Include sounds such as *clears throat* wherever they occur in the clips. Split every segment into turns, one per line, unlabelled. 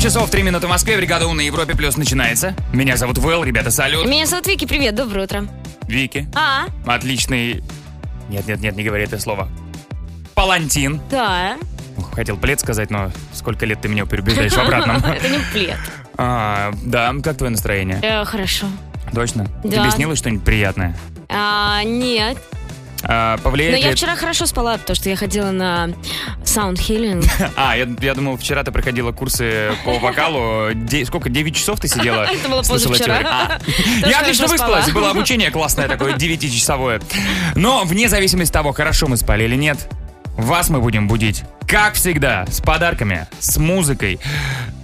часов 3 минуты в Москве. Бригада У на Европе Плюс начинается. Меня зовут Вэл, ребята, салют.
Меня зовут Вики, привет, доброе утро.
Вики.
А,
Отличный... Нет-нет-нет, не говори это слово. Палантин.
да.
Ух, Хотел плед сказать, но сколько лет ты меня переубеждаешь в
*laughs*
обратном.
Это не плед.
А, да, как твое настроение?
Э, хорошо.
Точно?
Да.
Тебе снилось что-нибудь приятное?
А, нет.
А,
Но
повлияет
я
ли-
вчера хорошо спала, потому что я ходила на
*laughs*
Sound Healing.
А, я, я думал, вчера ты проходила курсы по вокалу. Де- сколько? 9 часов ты сидела?
*laughs* Это было
Слушала
позавчера.
теорию.
*laughs*
А.
Тоже
Я отлично
хорошо
выспалась.
спала.
Было обучение классное такое, 9-часовое. Но вне зависимости от того, хорошо мы спали или нет, вас мы будем будить, как всегда, с подарками, с музыкой,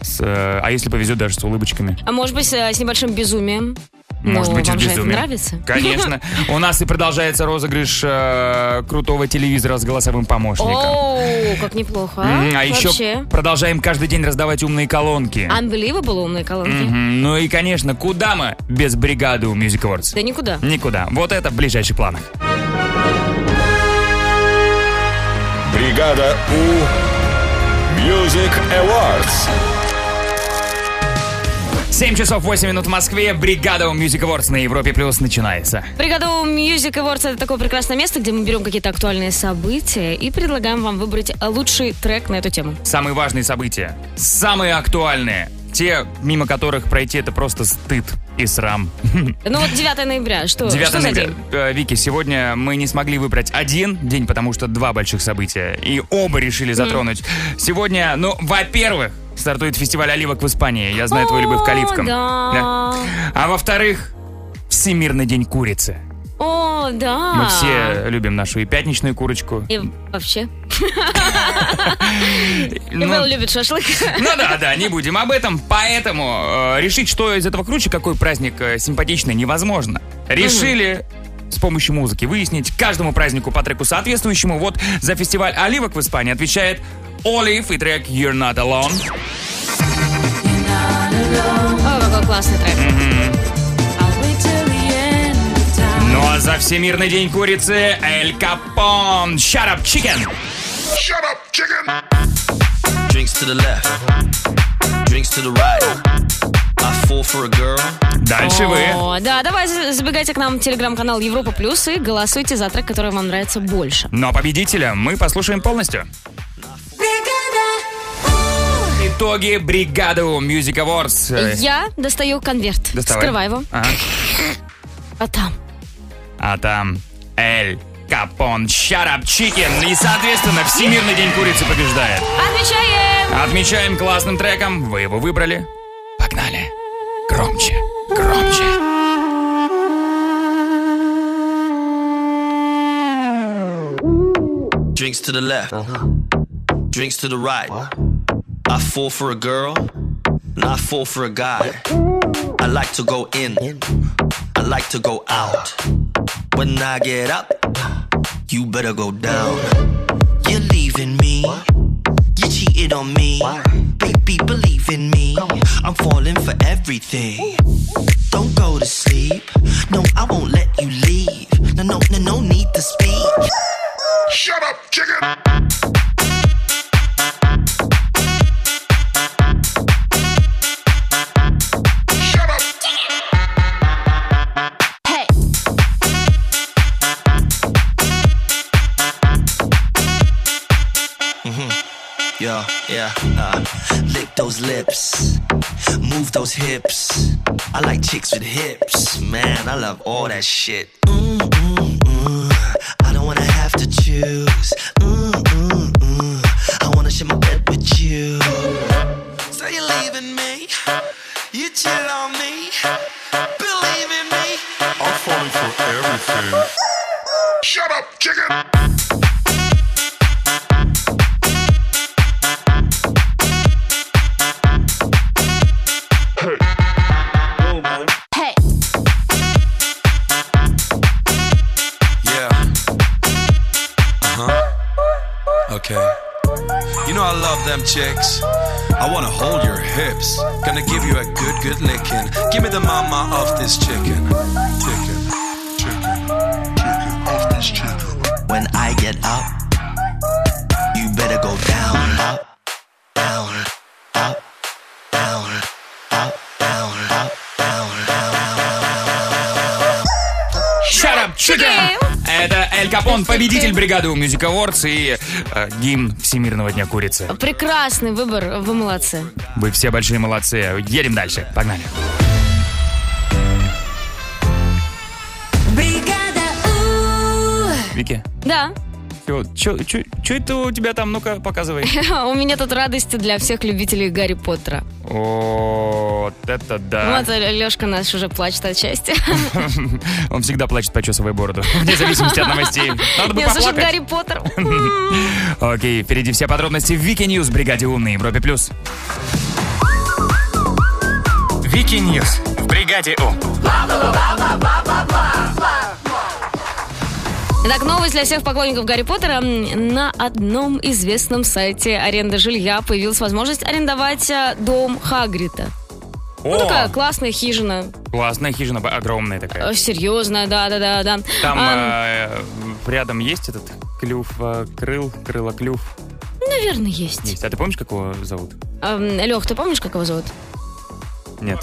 с, э, а если повезет, даже с улыбочками.
А может быть, э, с небольшим безумием.
Может
Но
быть, и
Ну, вам же это
безумие.
нравится? *laughs*
Конечно. У нас и продолжается розыгрыш э, крутого телевизора с голосовым помощником.
Оу, как неплохо, а?
М, А еще
Вообще.
продолжаем каждый день раздавать умные колонки.
Unbelievable умные колонки.
Мгм. Ну и, конечно, куда мы без бригады у Music Awards?
Да никуда.
Никуда. Вот это в ближайших планах.
Бригада У Music Awards.
7 часов 8 минут в Москве. Бригада у Music Awards на Европе Плюс начинается.
Бригада У Music Awards это такое прекрасное место, где мы берем какие-то актуальные события и предлагаем вам выбрать лучший трек на эту тему.
Самые важные события. Самые актуальные. Те, мимо которых пройти, это просто стыд и срам. *laughs*
Ну вот 9 ноября, что,
9
что
ноября.
за день?
Э, Вики, сегодня мы не смогли выбрать один день, потому что два больших события. И оба решили затронуть. Сегодня, ну, во-первых, стартует фестиваль оливок в Испании. Я знаю твою любовь к
О,
оливкам.
Да.
А во-вторых, Всемирный день курицы.
О, да.
Мы все любим нашу и пятничную курочку.
И вообще. И
Ну,
Белла любит шашлык.
ну да, да, не будем об этом. Поэтому э, решить, что из этого круче, какой праздник э, симпатичный, невозможно. Решили с помощью музыки выяснить каждому празднику по треку соответствующему. Вот за фестиваль оливок в Испании отвечает Олив и трек You're Not Alone.
О, какой классный трек.
Ну а за Всемирный день курицы Эль Капон. Shut up, chicken!
Drinks to the left, drinks to the right. I fall for a girl.
Дальше вы.
О, да, давай за- забегайте к нам в телеграм-канал Европа Плюс и голосуйте за трек, который вам нравится больше.
Но Ну а победителя мы послушаем полностью. Итоги бригады у Music Awards. Э,
Я достаю конверт.
доставай.
Скрывай его.
Ага.
А там.
А там Эль Капон, Shut Up Chicken. И, соответственно, Всемирный день курицы побеждает.
Отвечаем!
Отмечаем классным треком. Вы его выбрали. Погнали. Громче, громче.
Drinks to the left, drinks to the right. I fall for a girl, and I fall for a guy. I like to go in, I like to go out. When I get up, you better go down. You're leaving me, you cheated on me. Baby, believe in me, I'm falling for everything. Don't go to sleep, no, I won't let you leave. No, no, no, no need to speak. Yeah, yeah. Uh, lick those lips, move those hips. I like chicks with hips, man. I love all that shit. Mm, mm, mm. I don't wanna have to choose. Mm, mm, mm. I wanna share my bed with you. So you're leaving me, you chill on me, believe in me.
I'm falling for everything.
Yeah. Uh huh. Okay. You know I love them chicks. I wanna hold your hips. Gonna give you a good, good licking. Give me the mama of this chicken. Chicken. Chicken. Chicken of this chicken. When I get up, you better go down, up, down, up, down.
Эль Капон, победитель бригады у Music Awards и э, гимн Всемирного дня курицы.
Прекрасный выбор, вы молодцы.
Вы все большие молодцы. Едем дальше. Погнали.
Бригада У.
Вики,
Да, *laughs*
чё, чё, чё- чё это у тебя там? Ну-ка, показывай.
у меня тут радость для всех любителей Гарри Поттера.
Вот это да.
Вот Лешка Ну, наш уже плачет от счастья.
Он всегда плачет, почесывая бороду. Вне зависимости от новостей. Надо бы
Нет, слушай,
поплакать.
Гарри Поттер.
Окей, впереди все подробности в Вики Ньюс, бригаде Ум на Европе плюс. Вики Ньюс в бригаде У.
Итак, новость для всех поклонников Гарри Поттера. На одном известном сайте аренды жилья появилась возможность арендовать э, дом Хагрита. Ну, такая классная хижина.
классная хижина, б- огромная такая.
Э, Серьезная, да-да-да-да.
Там
А,
э, рядом есть этот клюв, э, крыл, крыло, клюв.
Наверное, есть.
э, Есть. А ты помнишь, как его зовут?
Лех, ты помнишь, как его зовут?
Нет.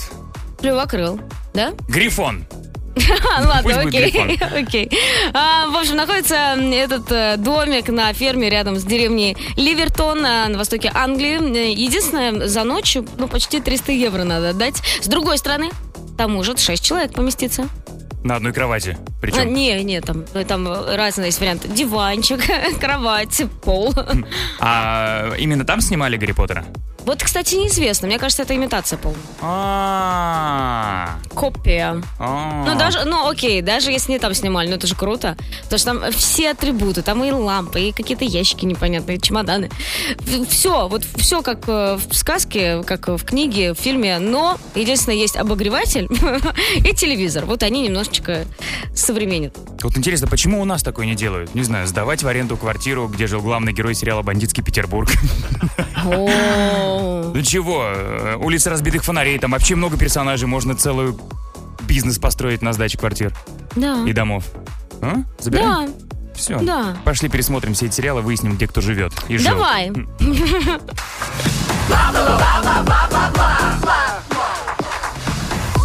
Клювокрыл, да?
Грифон.
А, ну ладно,
Пусть будет
окей.
Грифон.
*laughs* окей. А, в общем, находится м, этот э, домик на ферме рядом с деревней Ливертон а, на востоке Англии. М, э, Единственное, за ночь ну, почти 300 евро надо отдать. С другой стороны, там может 6 человек поместиться.
На одной кровати.
А,
Причем.
не, не, там, э, там э, разные есть варианты. Диванчик, *laughs* кровать, пол.
Хм. А именно там снимали Гарри Поттера?
Вот, кстати, неизвестно. Мне кажется, это имитация полная.
А.
Копия.
Ну
Ну, даже, ну, окей, даже если не там снимали, ну, это же круто. Потому что там все атрибуты, там и лампы, и какие-то ящики непонятные, чемоданы. Все, вот все как э, в сказке, как в книге, в фильме. Но, единственное, есть обогреватель *laughs* и телевизор. Вот они немножечко современят.
Вот интересно, почему у нас такое не делают? Не знаю, сдавать в аренду квартиру, где жил главный герой сериала «Бандитский Петербург». *laughs*
О,
Ну чего, э, улица разбитых фонарей, там вообще много персонажей, можно целую бизнес построить на сдаче квартир
Да.
и домов. А? Забираем?
Да,
Все.
да.
Пошли пересмотрим все эти сериалы, выясним, где кто живет и жил.
давай.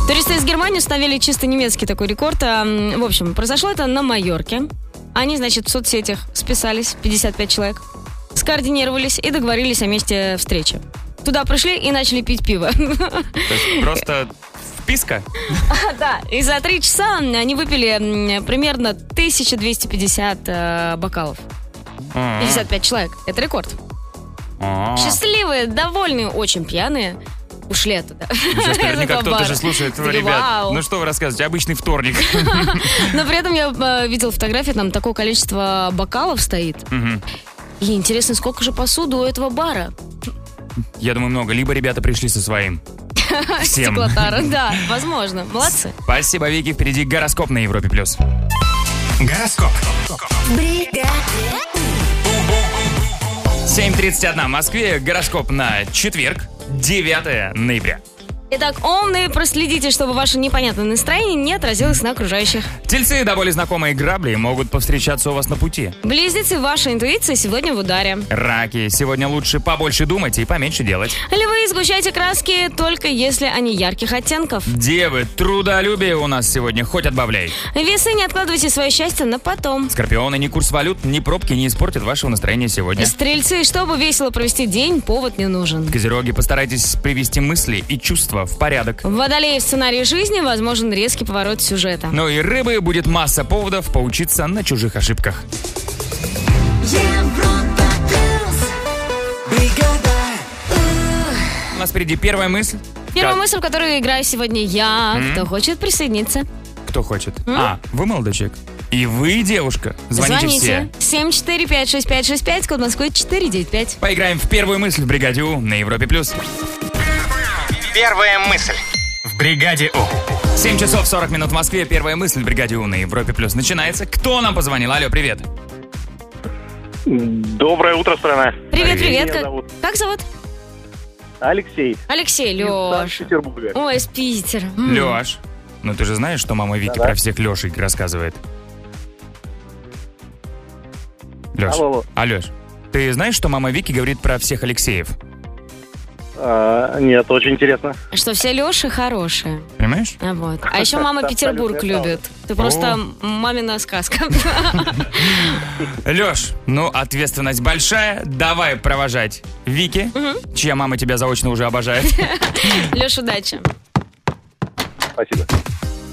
Туристы из Германии установили чисто немецкий такой рекорд. А, м, В общем, произошло это на Майорке. Они, значит, в соцсетях списались, 55 человек, скоординировались и договорились о месте встречи. Туда пришли и начали пить пиво.
То есть просто вписка.
Да, и за три часа они выпили м, примерно 1250 э, бокалов.
А,
55 человек. Это рекорд.
а.
Счастливые, довольные, очень пьяные. Ушли оттуда.
Сейчас
*laughs* Из
наверняка
этого
кто-то
бара.
же слушает,
Такие,
ребят.
«Вау».
Ну что вы рассказываете, обычный вторник. *laughs*
Но при этом я э, видела фотографии, там такое количество бокалов стоит.
Мгм.
И интересно, сколько же посуды у этого бара?
Я думаю, много. Либо ребята пришли со своим.
*laughs*
Всем.
Стеклотара, да, возможно. Молодцы.
Спасибо, Вики. Впереди гороскоп на Европе+. плюс.
Гороскоп.
Бригада.
7.31 в Москве. Гороскоп на четверг, 9 ноября.
Итак, умные, проследите, чтобы ваше непонятное настроение не отразилось на окружающих.
Тельцы до боли знакомые грабли могут повстречаться у вас на пути.
Близнецы, ваша интуиция сегодня в ударе.
Раки, сегодня лучше побольше думать и поменьше делать.
Львы, сгущайте краски, только если они ярких оттенков.
Девы, трудолюбие у нас сегодня хоть отбавляй.
Весы, не откладывайте свое счастье на потом.
Скорпионы, ни курс валют, ни пробки не испортят вашего настроения сегодня.
Стрельцы, чтобы весело провести день, повод не нужен.
Козероги, постарайтесь привести мысли и чувства в порядок.
Водолеи в сценарии жизни возможен резкий поворот сюжета.
Ну и рыбы будет масса поводов поучиться на чужих ошибках.
Европа плюс. Бригада.
У нас впереди первая мысль.
Первая
Как-
мысль, в которую играю сегодня я, кто хочет присоединиться.
Кто хочет? А, вы молодой человек. И вы девушка. Звоните, все.
7456565, код Москвы 495.
Поиграем в первую мысль в бригаде У на Европе плюс.
Первая мысль. В бригаде У.
7 часов 40 минут в Москве. Первая мысль в бригаде У на Европе плюс начинается. Кто нам позвонил? Алло, привет.
Доброе утро, страна.
Привет, привет. Как,
зовут.
как зовут?
Алексей.
Алексей, Леш.
Санкт-Петербурга.
Ой, из Питера. М.
Лёш. Ну ты же знаешь, что мама Вики про всех Лёшек рассказывает. Лёш.
Алло, алло.
Алёш, ты знаешь, что мама Вики говорит про всех Алексеев?
А, нет, очень интересно.
Что все Леши хорошие.
Понимаешь?
А Вот. А еще мама
Это
Петербург
абсолютная правда.
любит. Ты просто мамина сказка. *laughs*
Леш, ну ответственность большая. Давай провожать Вики, чья мама тебя заочно уже обожает.
Леш, удачи.
Спасибо.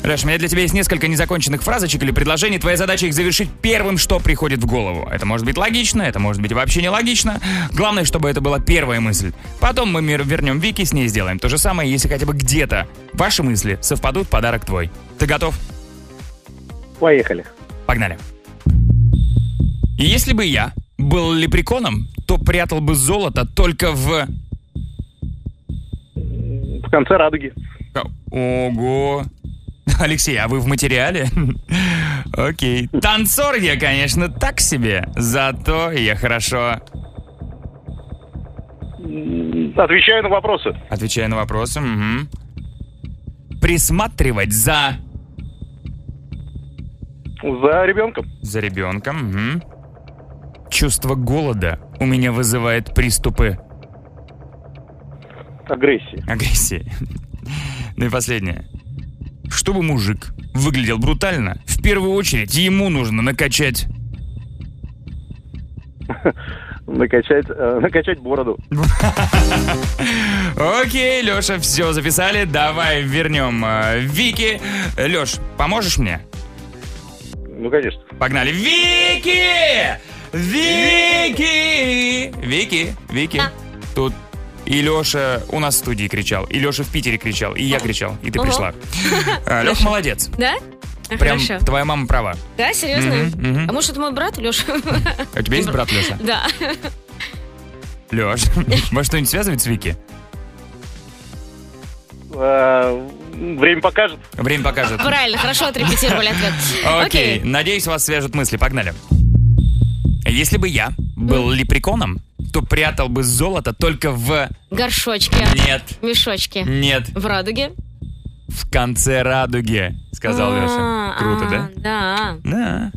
Леш, у меня для тебя есть несколько незаконченных фразочек или предложений. Твоя задача их завершить первым, что приходит в голову. Это может быть логично, это может быть вообще нелогично. Главное, чтобы это была первая мысль. Потом мы мир- вернем Вики, с ней сделаем то же самое, если хотя бы где-то ваши мысли совпадут, подарок твой. Ты готов?
Поехали.
Погнали. Если бы я был лепреконом, то прятал бы золото только в...
В конце радуги.
Ого! *laughs* Алексей, а вы в материале? *laughs* Окей. Танцор я, конечно, так себе, зато я хорошо
Отвечаю на вопросы.
отвечаю на вопросы. мгм. Присматривать за...
За ребенком.
За ребенком. мгм. Чувство голода у меня вызывает приступы
Агрессии.
агрессии. *laughs* Ну и последнее. Чтобы мужик выглядел брутально, в первую очередь ему нужно накачать...
Накачать, э, накачать бороду.
Окей, Леша, все записали. Давай вернем э, Вики. Леш, поможешь мне?
Ну, конечно.
Погнали. Вики! Вики! Вики, Вики.
А.
Тут и Леша у нас в студии кричал, и Леша в Питере кричал, и я кричал, и ты
Ого. *laughs*
пришла. Леша, молодец.
Да? А,
Прям
Хорошо.
твоя мама права.
Да, серьезно?
Мгм, мгм.
А может, это мой брат, Леша?
А У тебя
Ну.
есть брат Леша?
*laughs* Да.
Леш, может что-нибудь связывать с Вики?
Э, время покажет.
Время покажет.
*laughs* Правильно, хорошо отрепетировали ответ.
Окей. Надеюсь, вас свяжут мысли. Погнали. Если бы я был лепреконом, то прятал бы золото только в...
Горшочки,
Нет,
мешочки.
нет,
В радуге.
в конце радуги, сказал Леша.
А,
Круто,
а,
да?
Да.
Да,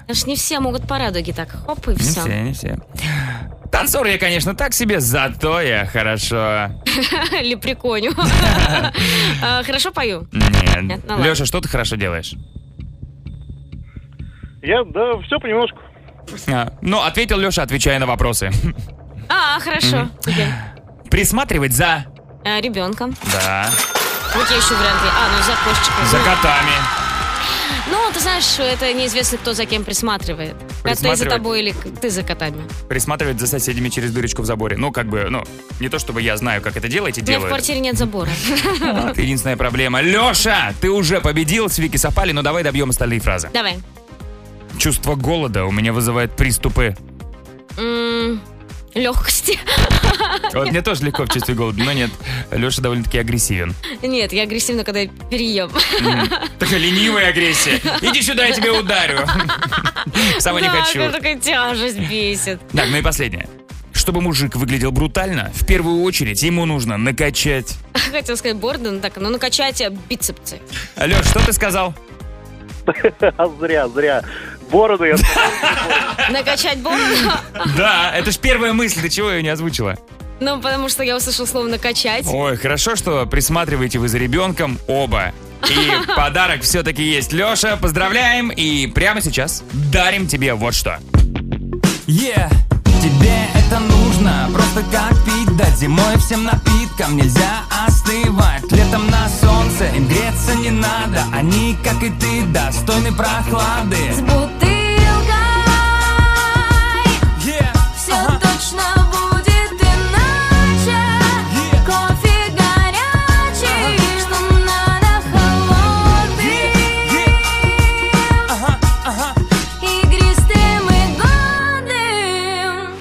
Потому что не все могут по радуге так. Хоп, и
не
все. *laughs*
все, не все. Танцор я, конечно, так себе, зато я хорошо. *laughs*
Лепреконю. А, Хорошо пою.
Нет.
ну ладно.
Леша, что ты хорошо делаешь?
Я, да, все понемножку. *laughs*
А, ну, ответил Леша, отвечая на вопросы. *laughs*
А, хорошо. Окей.
Присматривать за...
А, Ребенком.
Да,
Какие еще варианты? А, ну за кошечкой.
за котами.
Ну, ты знаешь, это неизвестно, кто за кем присматривает. Как ты за
Присматривать?
тобой или ты за котами.
присматривать за соседями через дырочку в заборе. Ну, как бы, ну, не то чтобы я знаю, как это делаете,
У меня в
делают.
квартире нет
*laughs*
забора.
Это единственная проблема. Леша, ты уже победил, с Вики совпали, но давай добьем остальные фразы.
Давай.
Чувство голода у меня вызывает приступы.
Легкости.
Вот мне тоже легко в чувстве голода, но нет. Леша довольно-таки агрессивен.
Нет, я агрессивна, когда я переем.
Такая ленивая агрессия. Иди сюда, я тебя ударю. *laughs* Сама не
*laughs* Да,
хочу.
это такая тяжесть бесит. *laughs*
Так, ну и последнее. Чтобы мужик выглядел брутально, в первую очередь ему нужно накачать.
Хотел сказать борда, но так, ну накачайте
*laughs*
бицепсы.
Леш, что ты сказал?
А зря, зря. Бороду я... *laughs*
Накачать *laughs* бороду?
Да, это ж первая мысль, ты чего ее не озвучила?
Ну, потому что я услышал слово накачать.
Ой, хорошо, что присматриваете вы за ребенком оба. И подарок все-таки есть. Леша, поздравляем и прямо сейчас дарим тебе вот что.
Е, тебе это нужно, просто как пить, да зимой всем напиткам нельзя остывать. Летом на солнце им греться не надо, они, как и ты, достойны прохлады.
С бутылкой
Е,
все точно будет иначе.
Е.
Кофе горячий, что надо
е,
холодный.
ага, ага.
Игристым и годным.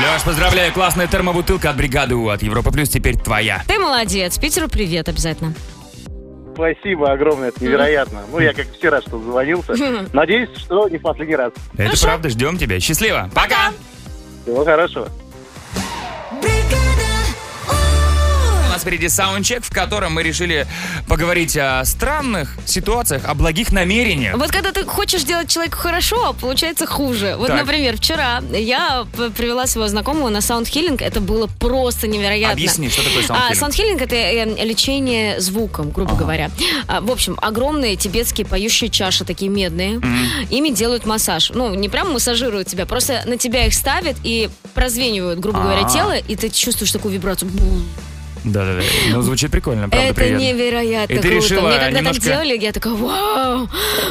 Леш, поздравляю, классная термобутылка от бригады У от Европа Плюс теперь твоя.
Ты молодец. Питеру привет обязательно.
Спасибо огромное, это невероятно. Ну, я как вчера что звонился. Надеюсь, что не в последний раз.
Это правда, ждем тебя. Счастливо. Пока!
Всего хорошего.
Бригада
У нас впереди саундчек, в котором мы решили поговорить о странных ситуациях, о благих намерениях.
Вот когда ты хочешь делать человеку хорошо, а получается хуже. Вот,
Так.
например, вчера я п- привела своего знакомого на саундхиллинг. Это было просто невероятно.
Объясни, что такое
А,
саундхиллинг?
Саундхиллинг это э, лечение звуком, грубо говоря. А, в общем, огромные тибетские поющие чаши, такие медные. Ими делают массаж. Ну, не прям массажируют тебя, просто на тебя их ставят и прозвенивают, грубо говоря,
А.
тело, и ты чувствуешь такую вибрацию. Бу.
Да-да-да. Ну, звучит прикольно, правда,
Это
приятно.
невероятно
И ты
круто.
решила
Мне когда
немножко-
так делали, я такая, вау,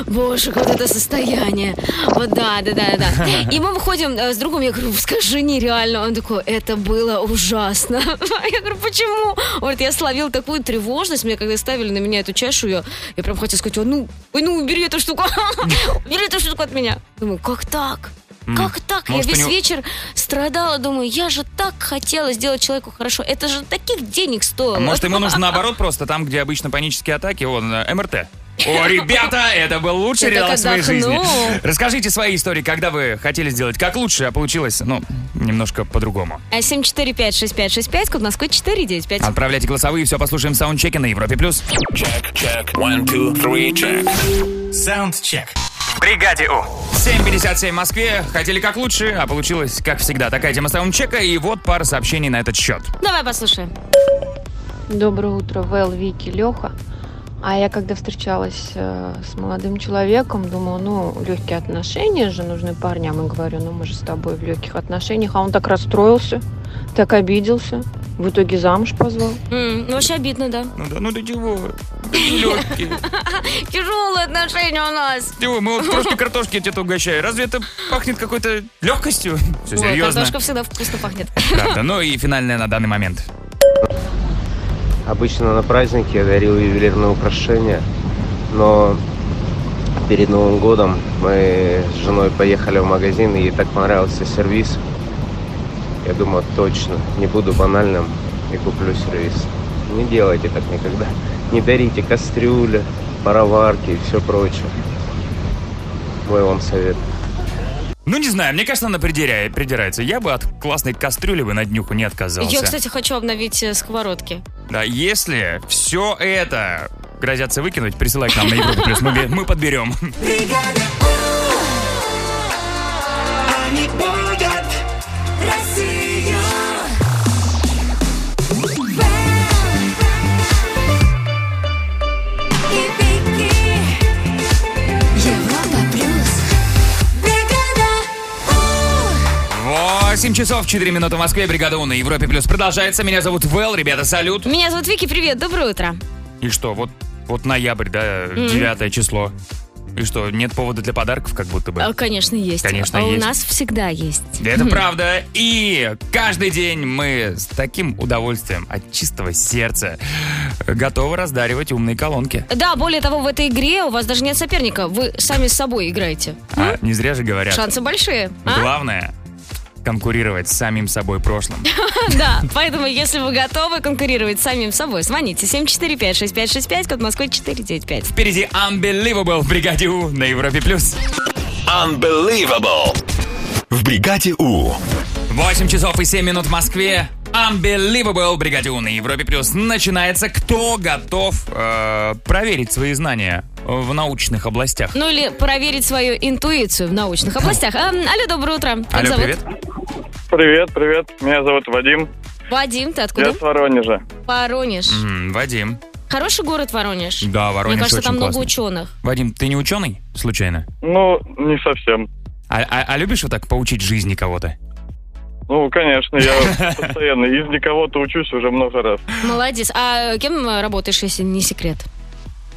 боже, вот это состояние. Вот да, да, да,
*laughs*
да. И мы выходим э, с другом, я говорю, скажи нереально. Он такой, это было ужасно. *laughs* Я говорю, почему? Он говорит, я словил такую тревожность, мне когда ставили на меня эту чашу, я, я прям хотела сказать, «Ой, ну, ой, ну, убери эту штуку, *laughs* убери эту штуку от меня. Думаю, как так? Как так?
Может, у
я весь
него-
вечер страдала, думаю, я же так хотела сделать человеку хорошо. Это же таких денег стоило.
А Может, ему нужно наоборот просто там, где обычно панические атаки, он э, МРТ. О, ребята, это был лучший
Я так
реал своей жизни.
отдохну.
Расскажите свои истории, когда вы хотели сделать как лучше, а получилось, ну, немножко по-другому.
А 745-6565, код Москвы 495.
Отправляйте голосовые, все послушаем в саундчеке на Европе+. плюс.
Саундчек. В бригаде У.
7.57 в Москве. Хотели как лучше, а получилось, как всегда, такая тема саундчека. И вот пара сообщений на этот счет.
Давай послушаем.
Доброе утро, Вэл, Вики, Леха. А я когда встречалась э, с молодым человеком, думала, ну, легкие отношения же нужны парням. И говорю, ну, мы же с тобой в легких отношениях. А он так расстроился, так обиделся. В итоге замуж позвал.
М, ну, вообще обидно, да.
Ну да, ну ты чего? Легкие.
Тяжелые отношения у нас.
Чего? Мы вот трошки картошки тебе угощаю. Разве это пахнет какой-то легкостью? Все
Ой,
серьезно.
Картошка а всегда вкусно пахнет.
Правда. Ну и финальное на данный момент.
Обычно на празднике я дарил ювелирные украшения, но перед Новым годом мы с женой поехали в магазин, и ей так понравился сервис. Я думаю, точно, не буду банальным и куплю сервис. Не делайте так никогда. Не дарите кастрюли, пароварки и все прочее. Мой вам совет.
Ну не знаю, мне кажется, она придиря- придирается. Я бы от классной кастрюли бы на днюху не отказался.
Я, кстати, хочу обновить э, сковородки.
Да, если все это грозятся выкинуть, присылай к нам на Европу плюс. Мы, бе- мы подберем.
Они будут Россию. И Вики. Европа плюс. Бригада У.
8 часов 4 минуты в Москве. Бригада У на Европе плюс продолжается. Меня зовут Вэл, ребята, салют.
Меня зовут Вики, привет, доброе утро.
И что, вот, вот ноябрь, да, 9 число. И что, нет повода для подарков, как будто бы?
А, конечно, есть.
Конечно,
а у
есть.
нас всегда есть.
Это правда. И каждый день мы с таким удовольствием от чистого сердца готовы раздаривать умные колонки.
Да, более того, в этой игре у вас даже нет соперника. Вы сами с собой играете.
А, не зря же говорят.
Шансы большие. а?
Главное конкурировать с самим собой прошлым.
*laughs* Да, поэтому, если вы готовы конкурировать с самим собой, звоните 745-6565, код Москвы 495.
Впереди Unbelievable в бригаде У на Европе плюс.
Unbelievable. В бригаде У.
8 часов и 7 минут в Москве. Unbelievable бригаде У на Европе плюс. Начинается. Кто готов э, проверить свои знания в научных областях?
Ну или проверить свою интуицию в научных областях. Эм, алло, доброе утро. Как
Алло,
зовут?
привет.
Привет, привет. Меня зовут Вадим.
Вадим, ты
Я
откуда?
с Воронежа.
Воронеж.
М, Вадим.
Хороший город Воронеж.
Да, Воронеж
Мне кажется,
очень
там много
классный.
ученых.
Вадим, ты не ученый, случайно?
Ну, не совсем.
А, а- а любишь вот так поучить жизни кого-то?
Ну, конечно, я постоянно из никого-то учусь уже много раз.
Молодец. А кем э, работаешь, если не секрет?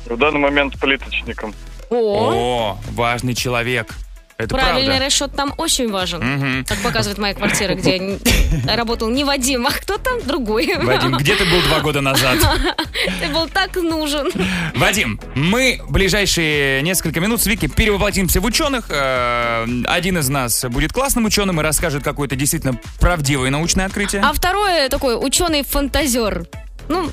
В данный момент плиточником.
О,
О, важный человек. Это
правильный
правда.
расчет там очень важен.
Мгм.
Как показывает моя квартира, где н- работал не *laughs* Вадим, а кто там другой.
Вадим, где ты был два года назад?
*laughs* Ты был так нужен.
Вадим, мы в ближайшие несколько минут с Вики перевоплотимся в ученых. Э, Один из нас будет классным ученым и расскажет какое-то действительно правдивое научное открытие.
А второе такой ученый-фантазер. Ну,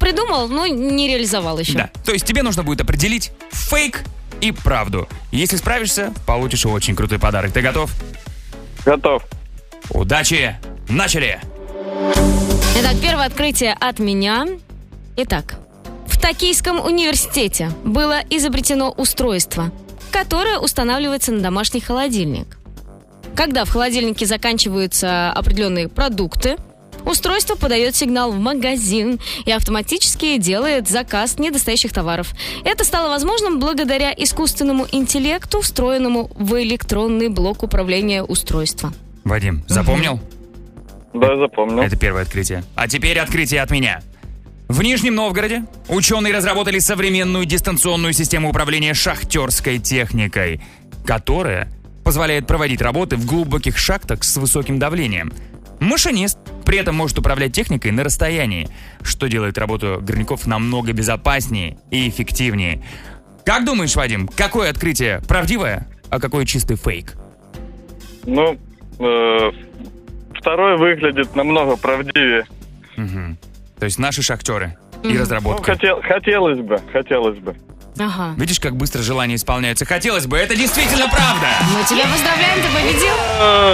придумал, но не реализовал еще.
Да. То есть тебе нужно будет определить фейк и правду. Если справишься, получишь очень крутой подарок. Ты готов?
Готов.
Удачи! Начали!
Итак, первое открытие от меня. Итак, в Токийском университете было изобретено устройство, которое устанавливается на домашний холодильник. Когда в холодильнике заканчиваются определенные продукты, устройство подает сигнал в магазин и автоматически делает заказ недостающих товаров. Это стало возможным благодаря искусственному интеллекту, встроенному в электронный блок управления устройства.
Вадим, запомнил?
Да, запомнил.
Ну.
Это первое открытие. А теперь открытие от меня. В Нижнем Новгороде ученые разработали современную дистанционную систему управления шахтерской техникой, которая позволяет проводить работы в глубоких шахтах с высоким давлением. Машинист при этом может управлять техникой на расстоянии, что делает работу горняков намного безопаснее и эффективнее. Как думаешь, Вадим, какое открытие правдивое, а какой чистый фейк?
Ну, э, второй выглядит намного правдивее.
Мгм. То есть наши шахтеры и
Мгм.
разработка.
Ну, хотел- хотелось бы, хотелось бы.
Ага.
Видишь, как быстро желания исполняются. Хотелось бы, это действительно правда.
Мы тебя поздравляем, ты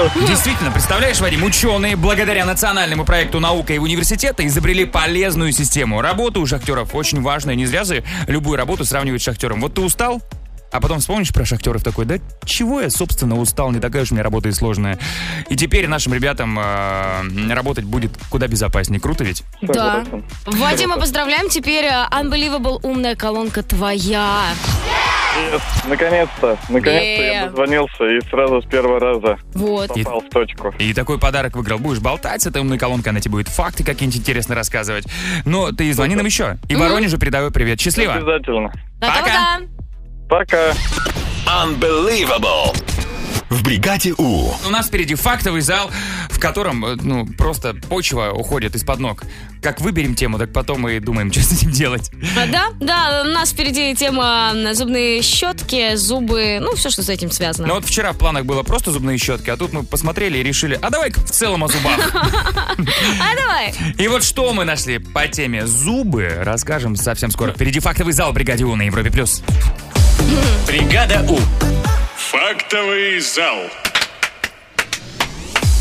победил.
Действительно, представляешь, Вадим, ученые благодаря национальному проекту «Наука и университета» изобрели полезную систему. Работа у шахтеров очень важная. Не зря же любую работу сравнивают с шахтером. Вот ты устал, а потом вспомнишь про шахтеров такой, да чего я, собственно, устал, не такая уж у меня работа и сложная. И теперь нашим ребятам э, работать будет куда безопаснее. Круто ведь?
Да. Вадима, поздравляем. Теперь э, Unbelievable умная колонка твоя.
Наконец-то, наконец-то
Э.
я дозвонился и сразу с первого раза
Вот.
попал в точку.
И такой подарок выиграл. Будешь болтать с этой умной колонкой, она тебе будет факты какие-нибудь интересно рассказывать. Но ты звони нам еще. И Воронежу передавай привет. Счастливо.
Обязательно.
Пока.
Пока.
Unbelievable. В бригаде У.
У нас впереди фактовый зал, в котором, э, ну, просто почва уходит из-под ног. Как выберем тему, так потом и думаем, *laughs* что с этим делать.
А, Да, да, у нас впереди тема э, зубные щетки, зубы, ну, все, что с этим связано.
Ну вот вчера в планах было просто зубные щетки, а тут мы посмотрели и решили, а давай-ка в целом о зубах.
А давай.
И вот что мы нашли по теме зубы, расскажем совсем скоро. Впереди фактовый зал бригаде У на Европе+. плюс. Бригада У.
Фактовый зал.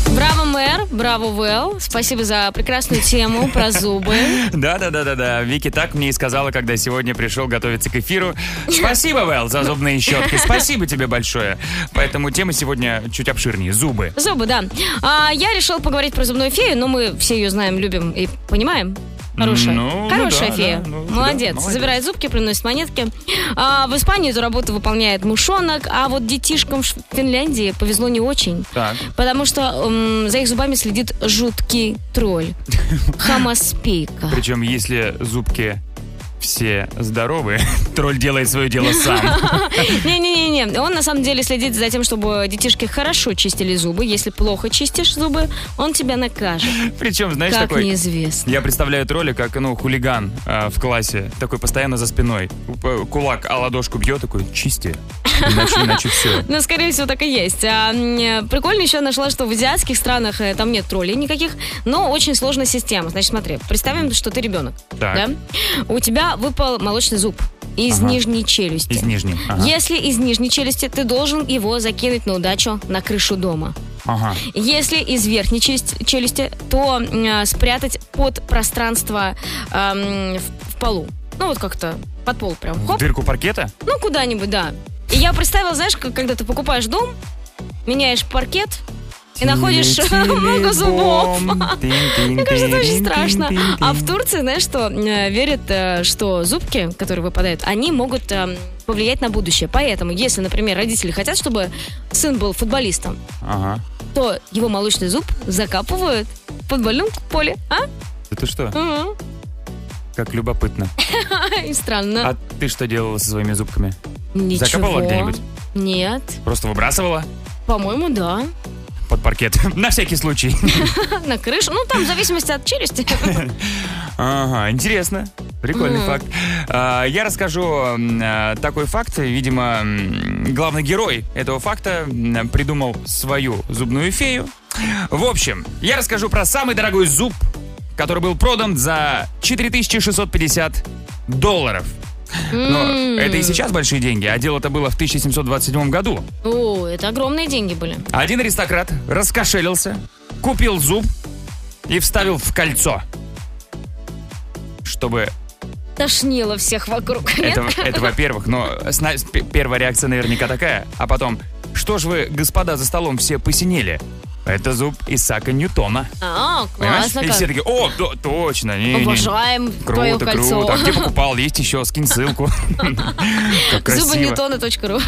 Браво, мэр, браво, Вэл. Спасибо за прекрасную тему про зубы.
Да, да, да, да, да. Вики так мне и сказала, когда сегодня пришел готовиться к эфиру. Спасибо, Вэл, за зубные щетки. Спасибо тебе большое. Поэтому тема сегодня чуть обширнее. Зубы.
Зубы, да. А, я решила поговорить про зубную фею, но мы все ее знаем, любим и понимаем. Хорошая.
Ну, ну
Хорошая
да,
фея.
да, ну, да,
молодец.
молодец.
Забирает зубки, приносит монетки. А, в Испании эту работу выполняет мышонок, а вот детишкам в Ш- Финляндии повезло не очень.
Так.
Потому что м, за их зубами следит жуткий
*laughs*
тролль. Хамаспейка.
Причем, если зубки все здоровы, *laughs* тролль делает свое дело сам.
*laughs* Не-не-не, он на самом деле следит за тем, чтобы детишки хорошо чистили зубы. Если плохо чистишь зубы, он тебя накажет.
Причем, знаешь,
Как
такой...
неизвестно.
Я представляю тролля как, ну, хулиган э, в классе. Такой постоянно за спиной. Э, Кулак, а ладошку бьет, такой, чисти. Иначе, иначе все.
Ну, скорее всего, так и есть. А, м, прикольно еще нашла, что в азиатских странах э, там нет троллей никаких, но очень сложная система. Значит, смотри, представим, что ты ребенок.
Так.
*laughs* Да? У тебя выпал молочный зуб из
Ага.
нижней челюсти.
Из нижней. Ага.
Если из нижней челюсти, ты должен его закинуть на удачу на крышу дома.
Ага.
Если из верхней челюсти, челюсти, то м, а, спрятать под пространство ам, в, в полу. Ну вот как-то под пол прям.
В
Хоп.
дырку паркета?
Ну куда-нибудь, да. И я представила, знаешь, как- когда ты покупаешь дом, меняешь паркет и находишь *laughs* много зубов. *laughs* Мне кажется, это очень страшно. А в Турции, знаешь, что э, верят, э, что зубки, которые выпадают, они могут эм, повлиять на будущее. Поэтому, если, например, родители хотят, чтобы сын был футболистом,
Ага.
то его молочный зуб закапывают в футбольном поле, а?
Да ты что?
Мгм. *laughs*
Как любопытно.
И Странно.
А ты что делала со своими зубками?
Ничего.
Закапывала где-нибудь?
Нет.
Просто выбрасывала
По-моему, да. *laughs*
под паркет. *laughs* На всякий случай.
На крышу. Ну, там в зависимости от челюсти. *laughs*
Ага, интересно. Прикольный
Мгм.
факт. А, Я расскажу м, а, такой факт. Видимо, м, главный герой этого факта м, придумал свою зубную фею. В общем, я расскажу про самый дорогой зуб, который был продан за 4650 долларов. Но
М.
это и сейчас большие деньги, а дело-то было в 1727 году.
О, это огромные деньги были.
Один аристократ раскошелился, купил зуб и вставил в кольцо. чтобы
Тошнило всех вокруг. нет?
это, это во-первых, но сна- п- первая реакция наверняка такая. А потом, что ж вы, господа, за столом все посинели? Это зуб Исака Ньютона.
А,
Понимаешь?
классно
И все
как.
такие, о, да, точно, не, не.
Обожаем твое
Круто,
кольцо.
круто. А где покупал? Есть еще, скинь ссылку. Как
*laughs* Зубы
красиво.
Ньютона.ру.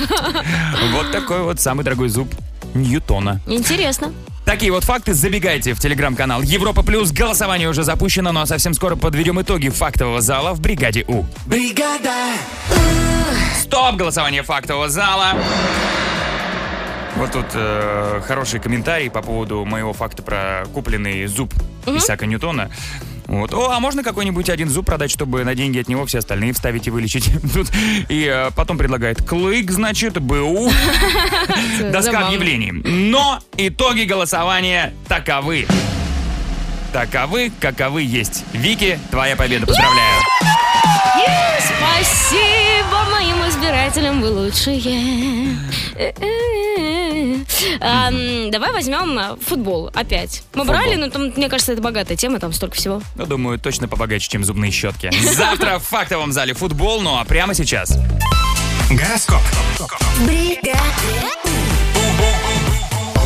Вот такой вот самый дорогой зуб Ньютона.
Интересно.
Такие вот факты забегайте в телеграм-канал Европа Плюс. Голосование уже запущено, но совсем скоро подведем итоги фактового зала в бригаде У.
Бригада.
Стоп! Голосование фактового зала. Вот тут э, хороший комментарий по поводу моего факта про купленный зуб Исаака Ньютона. Вот. О, а можно какой-нибудь один зуб продать, чтобы на деньги от него все остальные вставить и вылечить? *laughs* Тут и э, потом предлагает клык, значит, БУ. Доска
забавно.
объявлений. Но итоги голосования таковы. Таковы, каковы есть. Вики, твоя победа. Поздравляю.
Е, Спасибо моим избирателям, вы лучшие. Э-э-э. Ам, Давай возьмем а, футбол опять. Мы
Футбол.
брали, но там, мне кажется, это богатая тема, там столько всего.
Ну, думаю, точно побогаче, чем зубные щетки. Завтра в фактовом зале футбол, ну а прямо сейчас. Гороскоп.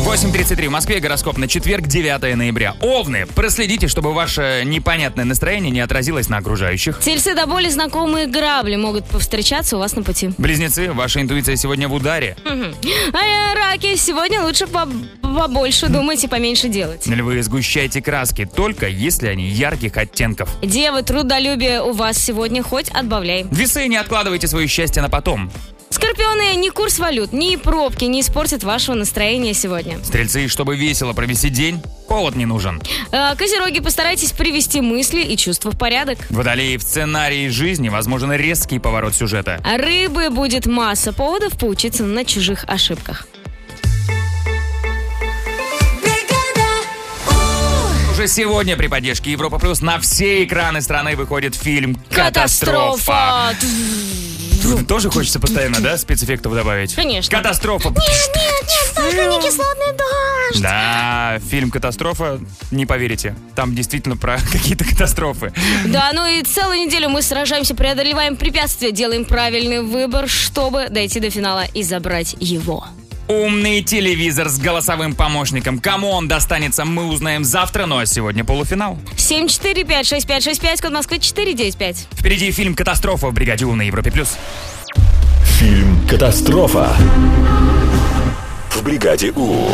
8.33 в Москве, гороскоп на четверг, 9 ноября. Овны, проследите, чтобы ваше непонятное настроение не отразилось на окружающих.
Тельцы до боли знакомые грабли могут повстречаться у вас на пути.
Близнецы, ваша интуиция сегодня в ударе.
Мгм. А э, раки, сегодня лучше поб- побольше думать и поменьше делать.
Львы, сгущайте краски, только если они ярких оттенков.
Девы, трудолюбие у вас сегодня хоть отбавляй.
Весы, не откладывайте свое счастье на потом.
Скорпионы, ни курс валют, ни пробки не испортят вашего настроения сегодня.
Стрельцы, чтобы весело провести день, повод не нужен.
Э, Козероги, постарайтесь привести мысли и чувства в порядок.
Водолеи, в сценарии жизни возможен резкий поворот сюжета.
А Рыбы будет масса поводов поучиться на чужих ошибках.
Уже сегодня при поддержке Европа Плюс на все экраны страны выходит фильм «Катастрофа». Тоже хочется постоянно, да, спецэффектов добавить?
Конечно.
Катастрофа.
нет, только не кислотный дождь.
Да, фильм «Катастрофа», не поверите, там действительно про *laughs* какие-то катастрофы.
Да, ну и целую неделю мы сражаемся, преодолеваем препятствия, делаем правильный выбор, чтобы дойти до финала и забрать его.
Умный телевизор с голосовым помощником. Кому он достанется, мы узнаем завтра, но сегодня полуфинал.
7456565, код Москвы 495.
Впереди фильм «Катастрофа» в «Бригаде У» на Европе+. плюс.
Фильм «Катастрофа» в бригаде У.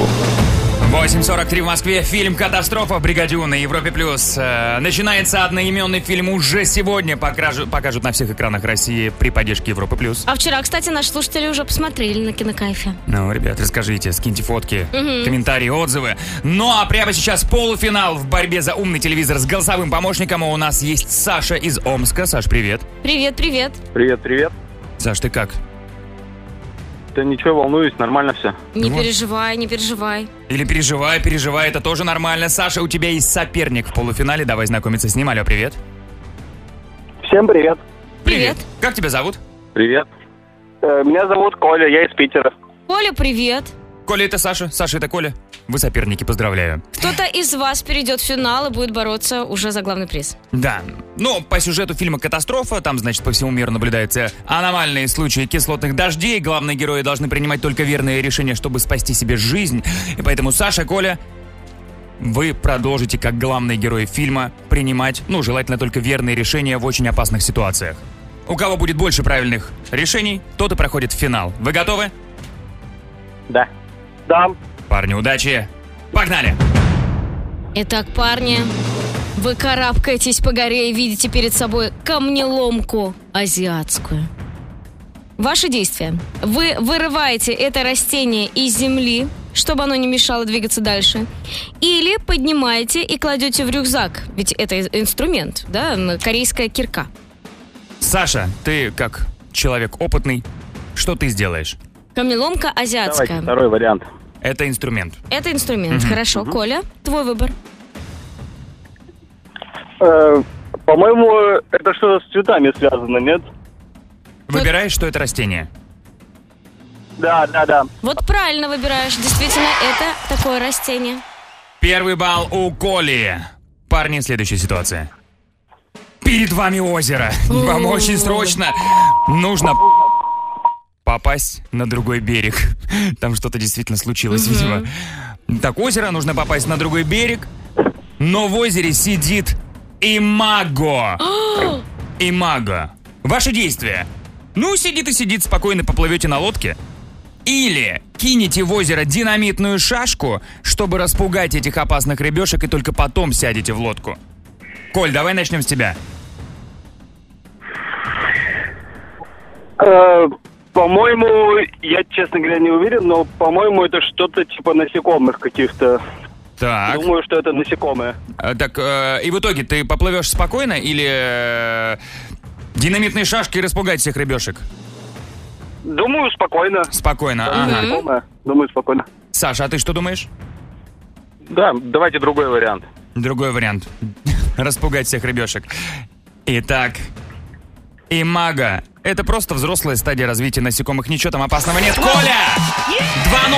8.43 в Москве. Фильм «Катастрофа» в «Бригаде У» на Европе+. плюс. Э, Начинается одноименный фильм уже сегодня. Покажут, покажут на всех экранах России при поддержке Европы+. плюс.
А вчера, кстати, наши слушатели уже посмотрели на кинокайфе.
Ну, ребят, расскажите, скиньте фотки,
Мгм.
комментарии, отзывы. Ну, а прямо сейчас полуфинал в борьбе за умный телевизор с голосовым помощником. У нас есть Саша из Омска. Саш, привет.
Привет, привет.
Привет, привет.
Саш, ты как?
Да ничего, волнуюсь, нормально все.
Не
Вот.
переживай, не переживай.
Или переживай, переживай, это тоже нормально. Саша, у тебя есть соперник в полуфинале. Давай знакомиться с ним. Алло, привет.
Всем привет.
Привет. Как тебя зовут?
Привет.
Э, Меня зовут Коля, я из Питера.
Коля, привет.
Коля, это Саша. Саша, это Коля. Вы соперники, поздравляю.
Кто-то из вас перейдет в финал и будет бороться уже за главный приз.
Да. Ну, по сюжету фильма «Катастрофа», там, значит, по всему миру наблюдаются аномальные случаи кислотных дождей. Главные герои должны принимать только верные решения, чтобы спасти себе жизнь. И поэтому Саша, Коля, вы продолжите, как главные герои фильма, принимать, ну, желательно только верные решения в очень опасных ситуациях. У кого будет больше правильных решений, тот и проходит в финал. Вы готовы?
Да.
Да.
Парни, удачи! Погнали!
Итак, парни, вы карабкаетесь по горе и видите перед собой камнеломку азиатскую. Ваши действия. Вы вырываете это растение из земли, чтобы оно не мешало двигаться дальше. Или поднимаете и кладете в рюкзак, ведь это и- инструмент, да, м, корейская кирка.
Саша, ты как человек опытный, что ты сделаешь?
Камнеломка азиатская.
вариант. Это инструмент.
Это инструмент.
Мгм.
Хорошо, Коля, твой выбор.
Э, По-моему, это что-то с цветами связано, нет?
Выбираешь, что это растение.
Да, да, да.
Вот правильно выбираешь. Действительно, это такое растение.
Первый балл у Коли. Парни, следующая ситуация. Перед вами озеро. *laughs* Вам очень срочно нужно попасть на другой берег. *laughs* Там что-то действительно случилось, видимо. Так, озеро, нужно попасть на другой берег. Но в озере сидит имаго. Имаго. Ваши действия. Ну, сидит и сидит, спокойно поплывете на лодке. Или кинете в озеро динамитную шашку, чтобы распугать этих опасных рыбешек и только потом сядете в лодку. Коль, давай начнем с тебя.
Э, По-моему, я, честно говоря, не уверен, но, по-моему, это что-то типа насекомых каких-то.
Так.
Ну,
Думаю, что это насекомые.
А, Так, э, и в итоге ты поплывешь спокойно или э, динамитные шашки и распугать всех рыбешек?
Думаю, спокойно.
Спокойно, ага.
Насекомые. Думаю, спокойно.
Саша, а ты что думаешь?
Да, давайте другой вариант.
Другой вариант. *laughs* Распугать всех рыбешек. Итак, имага. Это просто взрослая стадия развития насекомых. Ничего там опасного нет. Коля!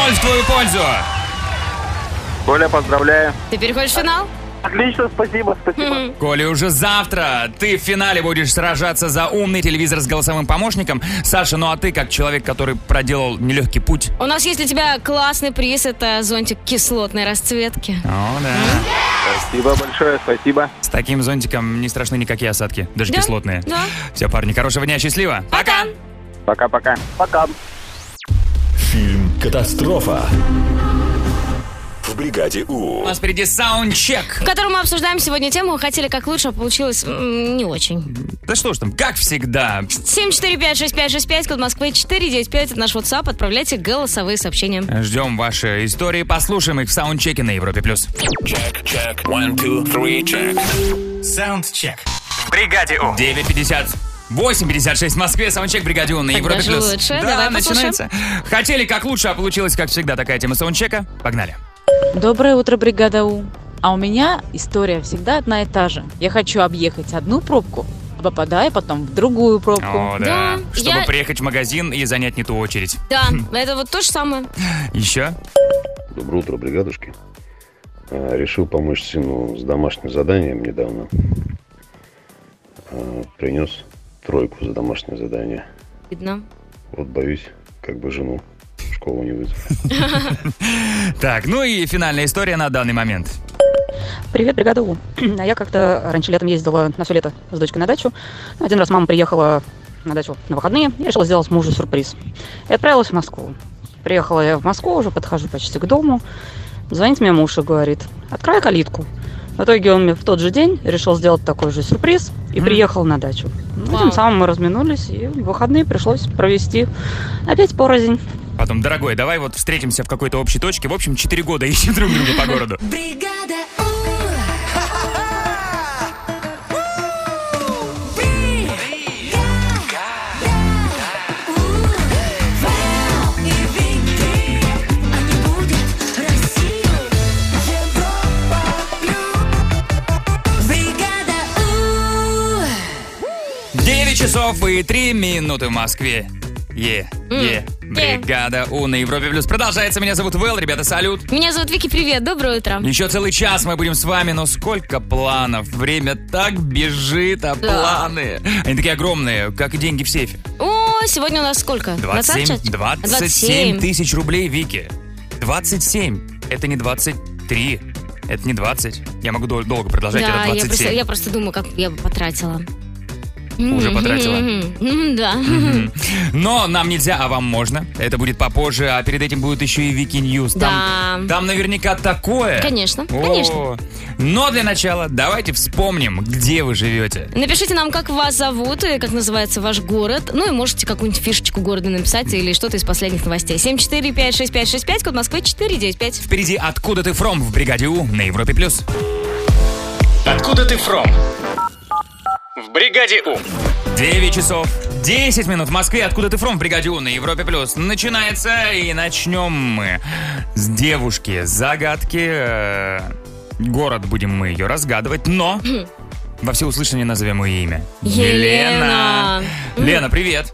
2-0 в твою пользу!
Коля, поздравляю.
Ты переходишь в финал?
Отлично, спасибо, спасибо.
Коля, уже завтра ты в финале будешь сражаться за умный телевизор с голосовым помощником. Саша, ну а ты, как человек, который проделал нелегкий путь,
У нас есть для тебя классный приз. Это зонтик кислотной расцветки.
О, да.
Спасибо большое, спасибо.
С таким зонтиком не страшны никакие осадки, даже
Да,
кислотные.
да.
Все, парни, хорошего дня, счастливо.
Пока.
Пока-пока.
Пока.
Фильм «Катастрофа» в бригаде У.
У нас впереди саундчек.
В котором мы обсуждаем сегодня тему «Хотели как лучше, а получилось м, не очень».
Да что ж там, как всегда.
7456565, код Москвы 495, это наш WhatsApp. Отправляйте голосовые сообщения.
Ждем ваши истории, послушаем их в саундчеке на Европе+. плюс.
Саундчек. В бригаде У.
9.50. 8.56 в Москве, саундчек бригаде У на
Так
Европе+.
даже
плюс.
лучше.
Да,
Давай послушаем.
начинается. Хотели как лучше, а получилось, как всегда, такая тема саундчека. Погнали.
Доброе утро, бригада У. А у меня история всегда одна и та же. Я хочу объехать одну пробку, а попадаю потом в другую пробку.
О, да. Чтобы
я-
приехать в магазин и занять не ту очередь.
Да, это вот то же самое.
Еще?
Доброе утро, бригадушки. А, Решил помочь сыну с домашним заданием недавно. А, Принес тройку за домашнее задание.
Видно.
Вот боюсь, как бы жену в школу не вызову.
Так, ну и финальная история на данный момент.
Привет, бригада У. *clears throat* А я как-то раньше летом ездила на все лето с дочкой на дачу. Ну, Один раз мама приехала на дачу на выходные, я решила сделать мужу сюрприз. И отправилась в Москву. Приехала я в Москву, уже подхожу почти к дому. Звонит мне муж и говорит, открой калитку. В итоге он мне в тот же день решил сделать такой же сюрприз и приехал на дачу. Ну, тем самым мы разминулись, и выходные пришлось провести опять порознь.
Потом, дорогой, давай вот встретимся в какой-то общей точке. В общем, 4 года *laughs* ищем друг друга по городу.
Бригада У. Бригада У. Вэл и Вики, они будут Россию, Европа плюс. Бригада У.
9 часов и 3 минуты в Москве. Е, е, бригада У на Европе Плюс продолжается. Меня зовут Вэл, ребята, салют.
Меня зовут Вики, привет, доброе утро.
Еще целый час мы будем с вами, но сколько планов. Время так бежит, а планы... Они такие огромные, как и деньги в сейфе.
О, сегодня у нас сколько?
27,
26?
27 тысяч рублей, Вики. 27. Это не 23. Это не 20. Я могу дол- долго продолжать,
Да,
это
я
27.
просто, я просто думаю, как я бы потратила.
Уже потратила?
М, Да.
Мгм. Но нам нельзя, а вам можно. Это будет попозже, а перед этим будет еще и Вики Ньюс. Там, там наверняка такое.
Конечно, конечно.
Но для начала давайте вспомним, где вы живете.
Напишите нам, как вас зовут и как называется ваш город. Ну и можете какую-нибудь фишечку города написать или что-то из последних новостей. 7456565, код Москвы 495.
Впереди «Откуда ты фром» в «Бригаде У» на Европе+. плюс.
Откуда ты фром? В бригаде У.
9 часов 10 минут в Москве. Откуда ты фром в «Бригаде У» на Европе+. плюс. Начинается и начнем мы с девушки. Загадки. э, Город будем мы ее разгадывать, но во всеуслышание назовем ее имя.
Елена.
Лена, привет.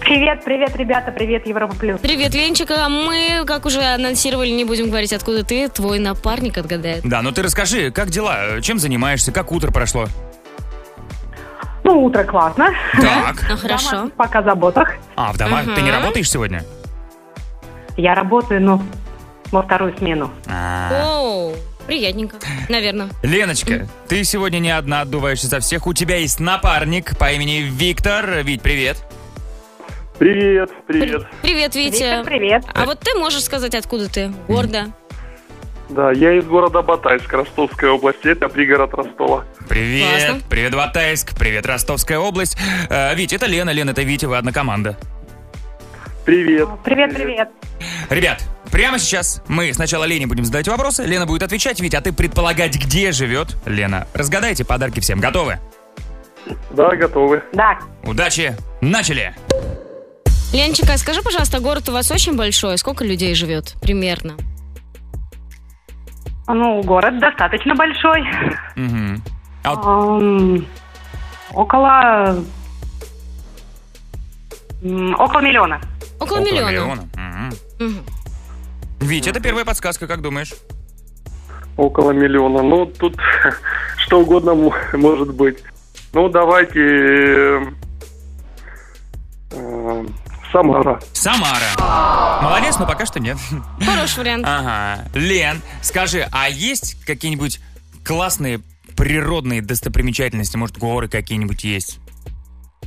Привет, привет, ребята, привет, Европа Плюс.
Привет, Ленчик. А мы, как уже анонсировали, не будем говорить, откуда ты. Твой напарник отгадает.
Да, ну ты расскажи, как дела? Чем занимаешься? Как утро прошло?
Ну, утро классно.
Так.
Ну, хорошо. Пока заботах.
А, в домах ты не
Мгм.
работаешь сегодня?
Я работаю, но во вторую смену.
А.
Оу, приятненько. Наверное.
Леночка, ты сегодня не одна отдуваешься за всех. У тебя есть напарник по имени Виктор. Вить, привет.
Привет, привет.
Привет, Витя. привет. А вот ты можешь сказать, откуда ты? Гордо.
Да, я из города Батайск, Ростовской области. Это пригород Ростова.
Привет. Привет, Батайск. Привет, Ростовская область. Э, Вить, это Лена. Лена, это Витя. Вы одна команда.
Привет.
Привет, привет.
Ребят, прямо сейчас мы сначала Лене будем задавать вопросы. Лена будет отвечать. Вить, а ты предполагать, где живет Лена. Разгадайте подарки всем. Готовы?
Да, готовы.
Да.
Удачи. Начали.
Ленчика, а скажи, пожалуйста, город у вас очень большой. Сколько людей живет примерно?
Ну, город достаточно большой. Эм, Около... м, Около миллиона.
Около, миллиона. Мгм.
Вить, это первая подсказка, как думаешь?
Около миллиона. Ну, тут что угодно м- может быть. Ну, давайте... э, э, Самара.
Самара. Молодец, но пока что
*laughs*
нет.
Хороший вариант.
Ага. Лен, скажи, а есть какие-нибудь классные природные достопримечательности? Может, горы какие-нибудь есть?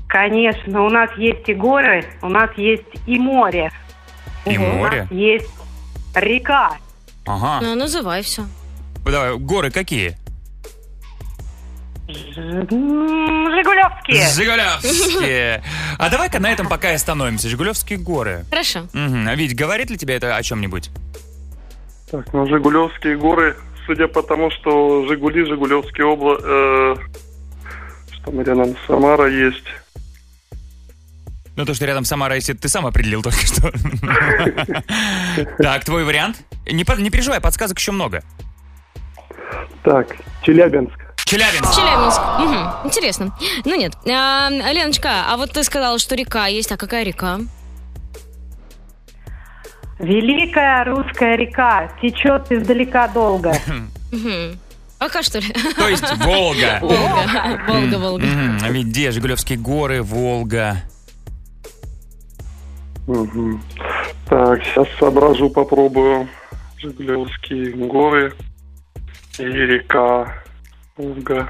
Конечно, у нас есть и горы, у нас есть и море.
И
У
море?
нас есть река.
Ага.
Ну, называй все.
Давай, горы какие?
М, Жигулевские. *laughs*
Жигулевские. А давай-ка на этом пока и остановимся. Жигулевские горы.
Хорошо.
Мгм. А Вить, говорит ли тебе это о чем-нибудь?
Так, ну, Жигулевские горы, судя по тому, что Жигули, Жигулевские обла... э, что мы рядом, Самара есть.
Ну, то, что рядом Самара, если ты сам определил только
*laughs*
что. Так, твой вариант? Не по- не переживай, подсказок еще много.
Так, Челябинск.
Челябинск.
Челябинск. Мгм. Интересно. Ну нет. А, Леночка, а вот ты сказала, что река есть. А какая река?
Великая русская река течет издалека долго.
Мгм. Пока что ли?
То есть
*laughs*
Волга.
Волга. *laughs* Волга, Волга.
Мгм. А ведь где? Жигулевские горы, Волга.
Мгм. Так, сейчас соображу, попробую. Жигулевские горы и река Волга.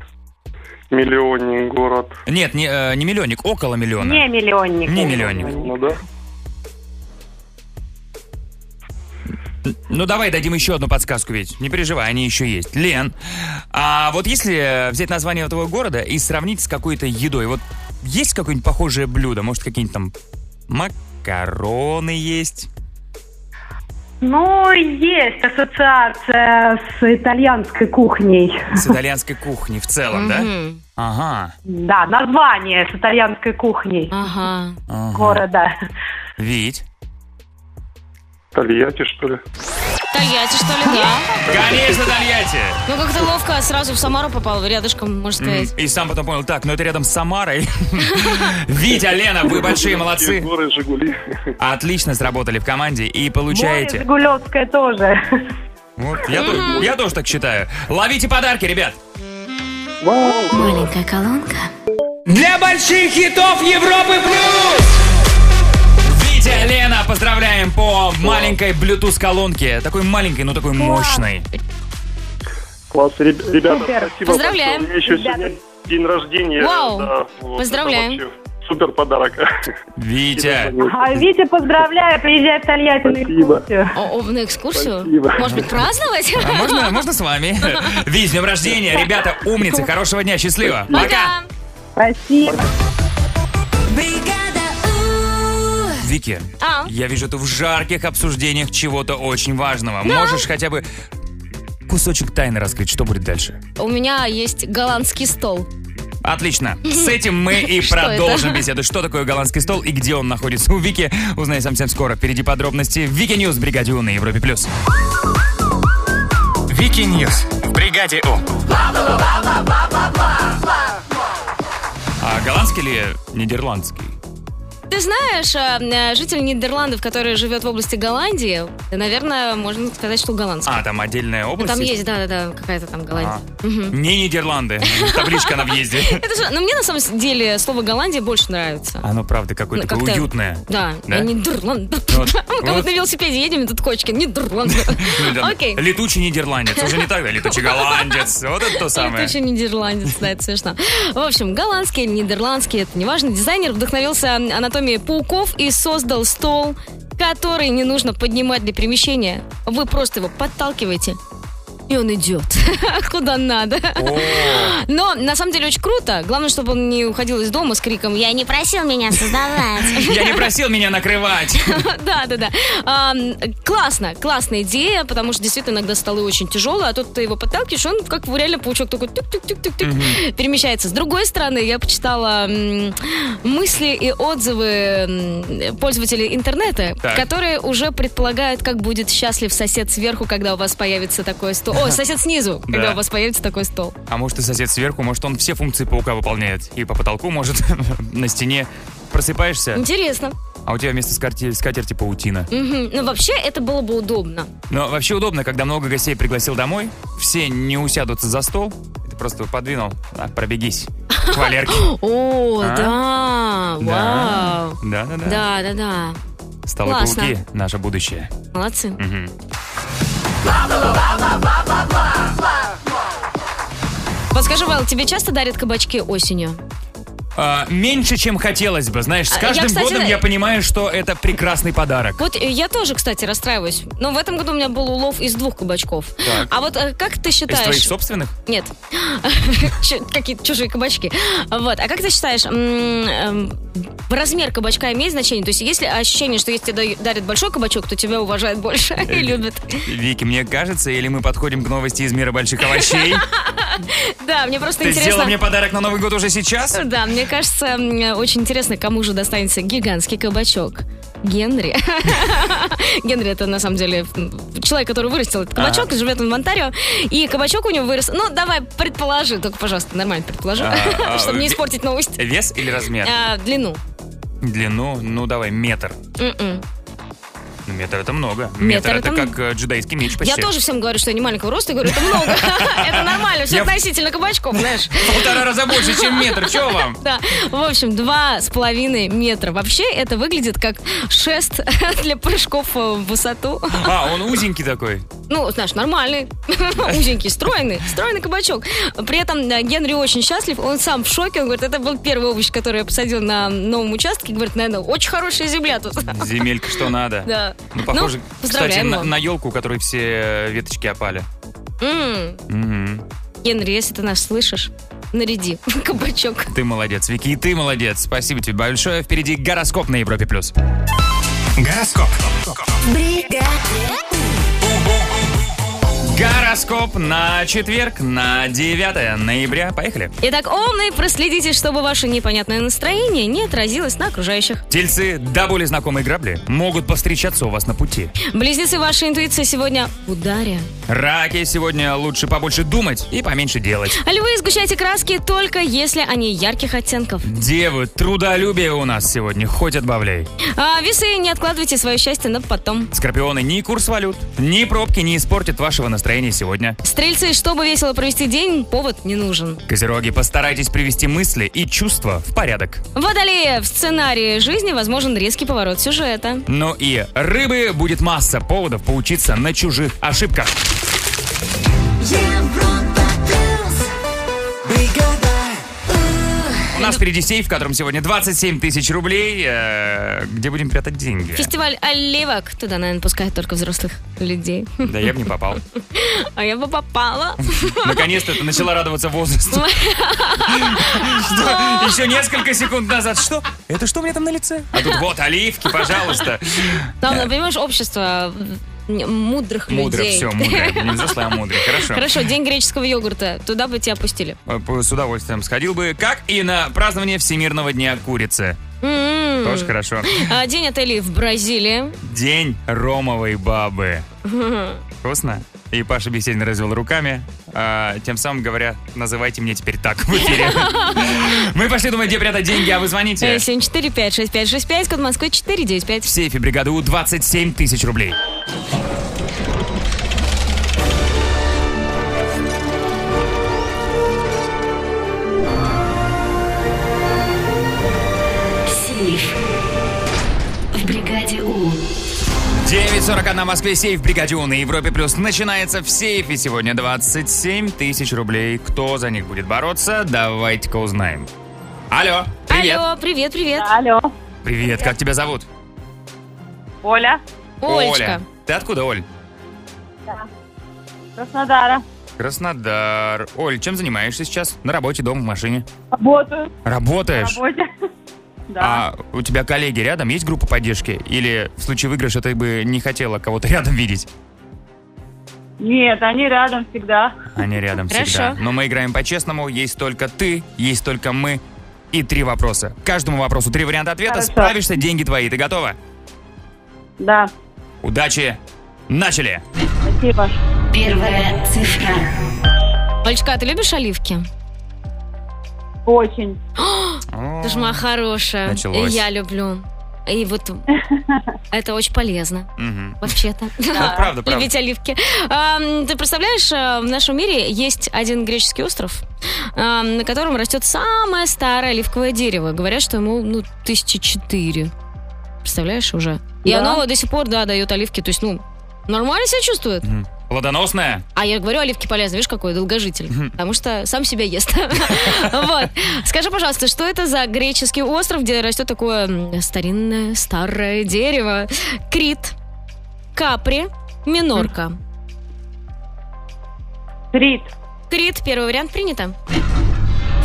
Миллионник город.
Нет, не, э, не миллионник, около миллиона.
Не миллионник.
Не миллионник.
Ну да.
Ну давай дадим еще одну подсказку, ведь не переживай, они еще есть. Лен, а вот если взять название этого города и сравнить с какой-то едой, вот есть какое-нибудь похожее блюдо, может какие-нибудь там макароны есть?
Ну, есть ассоциация с итальянской кухней.
С итальянской кухни в целом, да?
Мгм.
Ага.
Да, название с итальянской кухней
Ага.
города.
Вить.
Тольятти, что ли?
Тольятти, что ли, да?
Конечно, Тольятти!
Ну, как-то ловко сразу в Самару попал, рядышком, можно
М,
сказать.
И сам потом понял, так, но это рядом с Самарой. *laughs* Витя, Лена, вы большие молодцы.
Горы, Жигули. *laughs*
Отлично сработали в команде и
Море
получаете.
Жигулевское тоже.
Вот, я, тоже, я тоже так считаю. Ловите подарки, ребят.
Маленькая колонка.
Для больших хитов Европы плюс! Витя, Лена, поздравляем по маленькой Bluetooth колонке. Такой маленькой, но такой мощной.
Класс, реб- ребята, спасибо большое.
Поздравляем.
У меня еще
Ребята.
сегодня день рождения.
Вау.
Да, вот,
Поздравляем.
это вообще Супер подарок.
Витя.
А, Витя, поздравляю, приезжай в Тольятти на экскурсию.
О, о, на экскурсию?
Спасибо.
Может быть, праздновать?
А можно, можно с вами? *laughs* Вить, с днем рождения. Ребята, умницы, хорошего дня, счастливо. Пока.
Спасибо.
Вики,
А?
я вижу ты в жарких обсуждениях чего-то очень важного.
Да.
Можешь хотя бы кусочек тайны раскрыть, что будет дальше?
У меня есть голландский стол.
Отлично. С этим мы и
Что
продолжим
это?
беседу. Что такое голландский стол и где он находится у Вики, узнай совсем скоро. Впереди подробности. Вики Ньюс, Бригаде У на Европе+. плюс.
Вики Ньюс в бригаде У.
А голландский или нидерландский?
Ты знаешь, э, э, житель Нидерландов, который живет в области Голландии, наверное, можно сказать, что голландский.
А, там отдельная
Ну,
область?
там есть, да-да-да, какая-то там Голландия.
А. Не Нидерланды. Табличка на въезде.
Это же, но мне на самом деле слово Голландия больше нравится.
Оно, правда,
Ну,
какое-то
как-то-
такое уютное.
Да,
А, Да? Ну,
*laughs* Нидерланд.
Вот,
Мы как
вот.
будто на велосипеде едем, и тут
*laughs*
кочки. *laughs* Нидерланд.
Ну, да.
Окей.
Летучий нидерландец. Уже не так, да, летучий голландец. Вот это то самое.
Летучий нидерландец, да, это смешно. В общем, голландский или нидерландский, это неважно. Дизайнер вдохновился анатомией пауков и создал стол, который не нужно поднимать для перемещения. Вы просто его подталкиваете, и он идет *laughs* куда надо. Но на самом деле очень круто. Главное, чтобы он не уходил из дома с криком «Я не просил
*laughs*
меня создавать».
Я не просил меня накрывать.
Да, да, да. А, м, Классно, классная идея, потому что действительно иногда столы очень тяжелые, а тут ты его подталкиваешь, он как реально паучок такой тюк-тюк-тюк-тюк-тюк перемещается. С другой стороны, я почитала м, мысли и отзывы м, пользователей интернета,
Так.
которые уже предполагают, как будет счастлив сосед сверху, когда у вас появится такой стол. О, сосед снизу, когда
Да.
у вас появится такой стол.
А может и сосед сверху, может он все функции паука выполняет. И по потолку, может, *laughs* на стене просыпаешься,
Интересно.
а у тебя вместо скатерти, скатерти паутина.
Мгм. Ну, вообще, это было бы удобно.
Но вообще удобно, когда много гостей пригласил домой, все не усядутся за стол, ты просто подвинул, а, пробегись к
*gasps*
Валерке.
О,
А?
да,
Да.
вау.
Да-да-да.
Да, да, да.
Столы
классно.
пауки — наше будущее.
Молодцы.
Мгм.
Подскажи, Вайл, тебе часто дарят кабачки осенью?
А, меньше, чем хотелось бы. Знаешь, с
А, я,
каждым
кстати,
годом
да-
я понимаю, что это прекрасный подарок.
Вот э, я тоже, кстати, расстраиваюсь. Но в этом году у меня был улов из двух кабачков.
Так.
А вот э, как ты
Из твоих
считаешь...
собственных?
Нет. *laughs* Чё- Какие-то чужие кабачки. Вот. А как ты считаешь, м, эм, размер кабачка имеет значение? То есть есть ли ощущение, что если тебе даю- дарят большой кабачок, то тебя уважают больше *laughs*
Э,
и любят?
Вики, мне кажется, или мы подходим к новости из мира больших
*laughs*
овощей?
Да, мне просто
Ты сделала мне
интересно...
подарок на Новый год уже сейчас?
Да, мне кажется, м, очень интересно, кому же достанется гигантский кабачок. Генри. *laughs* Генри это на самом деле м, человек, который вырастил этот кабачок, живет он в Онтарио, и кабачок у него вырос. Ну, давай, предположи, только, пожалуйста, нормально предположи,
А, а,
*laughs* чтобы не
ви-
испортить новость.
Вес или размер?
А, Длину.
Длину, ну давай, метр.
М-м.
Ну, метр это много.
Метр
Метр,
это
это
м-
как э, джедайский меч почти.
Я тоже всем говорю, что я не маленького роста, и говорю,
*laughs*
это много. Это нормально, все
Я-
относительно кабачков, знаешь.
Полтора раза больше, чем метр. Чего вам?
Да, в общем, два с половиной метра. Вообще это выглядит как шест *laughs* для прыжков э, в высоту.
А, он узенький такой.
Ну, знаешь, нормальный, *laughs* узенький, стройный, стройный кабачок. При этом э, Генри очень счастлив, он сам в шоке, он говорит, это был первый овощ, который я посадил на новом участке. Говорит, наверное, очень хорошая земля тут. *laughs*
Земелька, что надо.
Да.
Ну, похоже,
Ну,
кстати,
поздравляем
на,
его.
елку, у которой все э, веточки опали.
М,
Мгм.
Генри, если ты нас слышишь, наряди *laughs* кабачок.
Ты молодец, Вики, и ты молодец. Спасибо тебе большое. Впереди гороскоп на Европе+. плюс. Гороскоп. Гороскоп на четверг, на 9 ноября. Поехали.
Итак, умные, проследите, чтобы ваше непонятное настроение не отразилось на окружающих.
Тельцы, до боли знакомые грабли, могут повстречаться у вас на пути.
Близнецы, ваша интуиция сегодня в ударе.
Раки, сегодня лучше побольше думать и поменьше делать.
А Львы, сгущайте краски только если они ярких оттенков.
Девы, трудолюбие у нас сегодня, хоть отбавляй.
А весы, не откладывайте свое счастье на потом.
Скорпионы, ни курс валют, ни пробки не испортят вашего настроения сегодня.
Стрельцы, чтобы весело провести день, повод не нужен.
Козероги, постарайтесь привести мысли и чувства в порядок.
Водолея, в сценарии жизни возможен резкий поворот сюжета.
Ну и рыбы будет масса поводов поучиться на чужих ошибках. У нас впереди сейф, в котором сегодня 27 тысяч рублей. Э, Где будем прятать деньги?
Фестиваль оливок. Туда, наверное, пускают только взрослых людей. *laughs*
Да я бы не попал.
А я бы попала. *laughs*
Наконец-то ты начала радоваться возрасту. Что? Еще несколько секунд назад. Что? Это что у меня там на лице? А тут вот оливки, пожалуйста.
Там, ну, понимаешь, общество м, мудрых
Мудро,
людей.
все, мудро. Не взрослая, а мудро. Хорошо.
Хорошо, день греческого йогурта. Туда бы тебя пустили.
Э, по- С удовольствием сходил бы. Как и на празднование Всемирного дня курицы.
М.
Тоже хорошо.
М-м-м. А, День отелей в Бразилии.
День ромовой бабы. Вкусно? И Паша Беседин развел руками, а, тем самым говоря, называйте меня теперь так в эфире. Мы пошли думать, где прятать деньги, а вы
Э,
звоните.
745-6565, код Москвы 495. В
сейфе бригады У 27 тысяч рублей.
Сейф. В бригаде У.
9.40 на Москве, сейф Бригадю на Европе Плюс начинается в сейфе. Сегодня 27 тысяч рублей. Кто за них будет бороться, давайте-ка узнаем. Алло, привет.
Алло, привет, привет.
Алло.
Привет, как тебя зовут?
Оля.
Оля. Ты откуда, Оль?
Краснодара.
Краснодар. Оль, чем занимаешься сейчас? На работе, дома, в машине?
Работаю.
Работаешь?
На работе. Да.
А у тебя коллеги рядом? Есть группа поддержки? Или в случае выигрыша ты бы не хотела кого-то рядом видеть?
Нет, они рядом всегда.
Они рядом
Хорошо.
всегда. Но мы играем по-честному. Есть только ты, есть только мы. И три вопроса. К Каждому вопросу три варианта ответа.
Хорошо.
Справишься, деньги твои. Ты готова?
Да.
Удачи. Начали.
Спасибо.
Первая цифра.
Олечка, а ты любишь оливки?
Очень.
Ты ж моя хорошая.
Началось.
И я люблю. И вот это очень полезно.
Мгм. А
Вообще-то.
Да, правда, правда.
Любить оливки. Ам, Ты представляешь, э, в нашем мире есть один греческий остров, ам, на котором растет самое старое оливковое дерево. Говорят, что ему ну, тысячи четыре. Представляешь уже? И
Да.
оно вот до сих пор, да, дает оливки. То есть, ну, нормально себя чувствует.
Плодоносная?
А я говорю, оливки полезны, видишь, какой долгожитель. Потому что сам себя ест. *laughs* Вот. Скажи, пожалуйста, что это за греческий остров, где растет такое м, старинное, старое дерево? Крит, Капри, Минорка.
Крит.
Крит, первый вариант принято.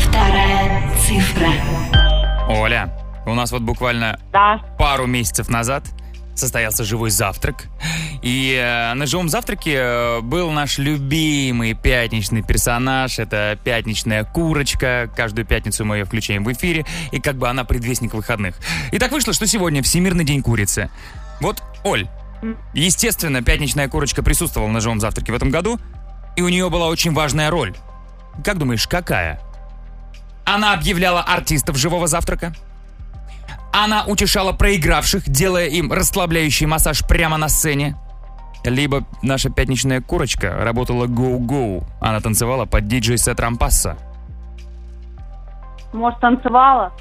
Вторая цифра.
Оля, у нас вот буквально пару месяцев назад состоялся живой завтрак. И э, на живом завтраке э, был наш любимый пятничный персонаж. Это пятничная курочка. Каждую пятницу мы ее включаем в эфире. И как бы она предвестник выходных. И так вышло, что сегодня Всемирный день курицы. Вот, Оль, естественно, пятничная курочка присутствовала на живом завтраке в этом году. И у нее была очень важная роль. Как думаешь, какая? Она объявляла артистов живого завтрака. Она утешала проигравших, делая им расслабляющий массаж прямо на сцене. Либо наша пятничная курочка работала гоу-гоу. Она танцевала под диджей-сет Рампасса.
Может, танцевала?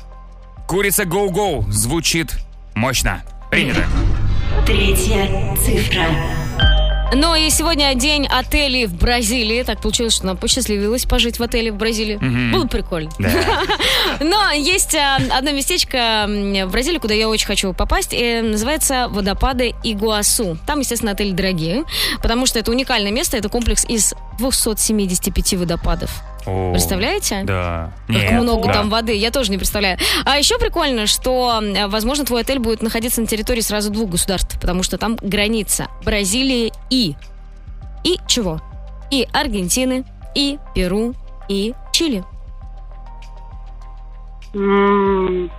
Курица гоу-гоу звучит мощно. Принято.
Третья цифра.
Ну и сегодня день отелей в Бразилии. Так получилось, что нам посчастливилось пожить в отеле в Бразилии.
Мгм.
Было прикольно. Но есть э, одно местечко м, в Бразилии, куда я очень хочу попасть. э, Называется водопады Игуасу. Там, естественно, отели дорогие, потому что это уникальное место. Это комплекс из 275 водопадов.
О,
Представляете?
Да.
Как
Нет,
много
да.
там воды, я тоже не представляю. А еще прикольно, что, э, возможно, твой отель будет находиться на территории сразу двух государств, потому что там граница Бразилии и... И чего? И Аргентины, и Перу, и Чили.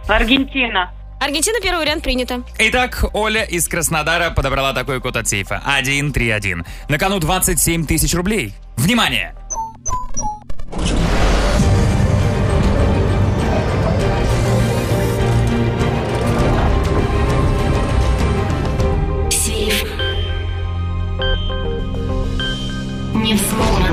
Аргентина.
Аргентина первый вариант принято.
Итак, Оля из Краснодара подобрала такой код от сейфа. 131. На кону 27 тысяч рублей. Внимание!
Сейф. Не взломан.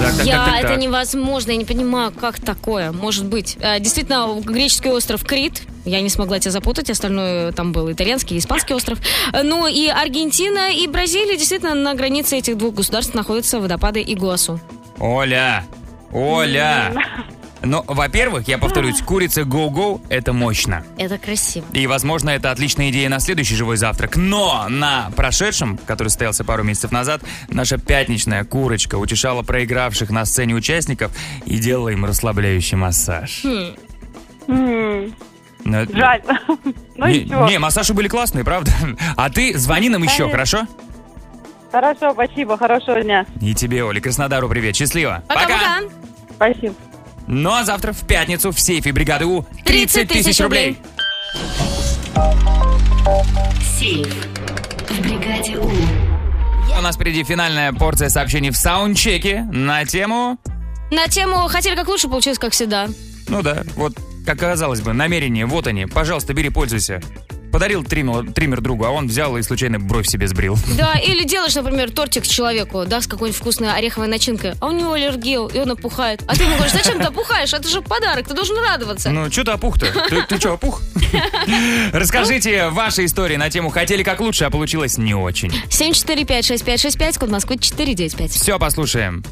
Так, так,
я,
так, так,
это
так.
невозможно, я не понимаю, как такое может быть. Э, Действительно, греческий остров Крит, я не смогла тебя запутать, остальное там был итальянский и испанский остров. Э, Ну и Аргентина, и Бразилия, действительно, на границе этих двух государств находятся водопады Игуасу.
Оля! Оля! Ну, во-первых, я повторюсь, курица гоу-гоу – это мощно.
Это красиво.
И, возможно, это отличная идея на следующий живой завтрак. Но на прошедшем, который состоялся пару месяцев назад, наша пятничная курочка утешала проигравших на сцене участников и делала им расслабляющий массаж.
Хм.
Но это-
Жаль. *laughs* Ну и
не,
все.
не, массажи были классные, правда? *laughs* А ты звони нам еще,
Конечно.
хорошо?
Хорошо, спасибо, хорошего дня.
И тебе, Оля, Краснодару привет, счастливо.
Пока-пока. Спасибо.
Ну а завтра в пятницу в сейфе бригады У 30 тысяч рублей.
Сейф. В бригаде У.
У нас впереди финальная порция сообщений в саундчеке на тему...
На тему «Хотели как лучше, получилось как всегда».
Ну да, вот как казалось бы, намерения, вот они. Пожалуйста, бери, пользуйся. Подарил триммер, триммер другу, а он взял и случайно бровь себе сбрил.
Да, или делаешь, например, тортик человеку, да, с какой-нибудь вкусной ореховой начинкой, а у него аллергия, и он опухает. А ты ему говоришь, зачем ты опухаешь? Это же подарок, ты должен радоваться.
Ну, что ты опух-то? Ты, ты что, опух? Расскажите ваши истории на тему «Хотели как лучше, а получилось не очень».
745-6565, код Москвы 495.
Все послушаем.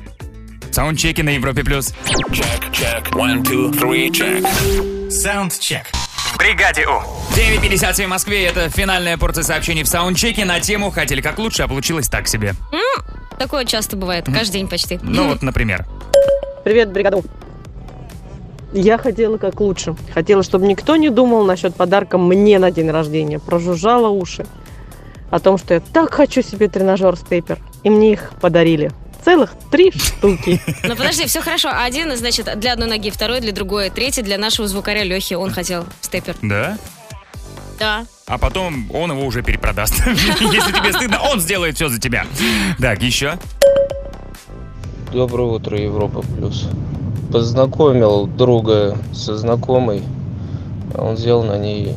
Саундчеки на Европе+. плюс.
Чек, чек, one, two, three, чек.
Саундчек. В бригаде У.
9.57 в Москве. Это финальная порция сообщений в саундчеке на тему «Хотели как лучше, а получилось так себе».
М, Такое часто бывает, каждый день почти.
Ну
*laughs*
вот, например.
Привет, бригаду. Я хотела как лучше. Хотела, чтобы никто не думал насчет подарка мне на день рождения. Прожужжала уши о том, что я так хочу себе тренажер степер. И мне их подарили. Целых три штуки.
Ну подожди, все хорошо. Один, значит, для одной ноги, второй для другой, третий для нашего звукаря Лехи. Он хотел степер.
Да?
Да.
А потом он его уже перепродаст. *laughs* Если тебе стыдно, он сделает все за тебя. Так, еще.
Доброе утро, Европа Плюс. Познакомил друга со знакомой. *laughs* а Он взял на ней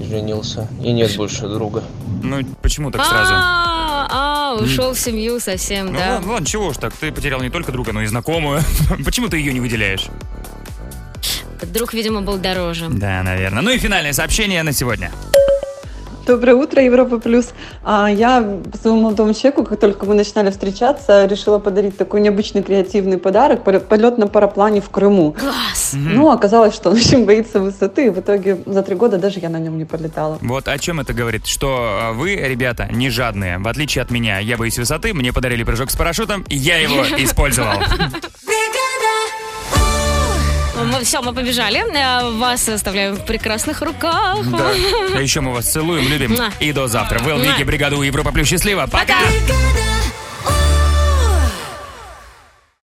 и женился. И нет больше друга.
Ну, почему так сразу?
А, а, ушел в семью совсем,
Ну
да.
ладно, ладно, чего уж так, ты потерял не только друга, но и знакомую. *laughs* Почему ты ее не выделяешь?
Друг, видимо, был дороже.
Да, наверное. Ну и финальное сообщение на сегодня.
Доброе утро, Европа Плюс. А, Я своему молодому человеку, как только мы начинали встречаться, решила подарить такой необычный креативный подарок пар- полет на параплане в Крыму.
Класс!
Ну, оказалось, что он очень боится высоты, и в итоге за три года даже я на нем не полетала.
Вот о чем это говорит, что э, вы, ребята, не жадные. В отличие от меня, я боюсь высоты, мне подарили прыжок с парашютом, и я его использовал.
Все, мы побежали. Э, Вас оставляем в прекрасных руках.
Да. А еще мы вас целуем, любим.
Муа.
И до завтра. Вел, Вики,
Муа.
бригаду Европа Плюс. Счастливо. Пока!
Пока!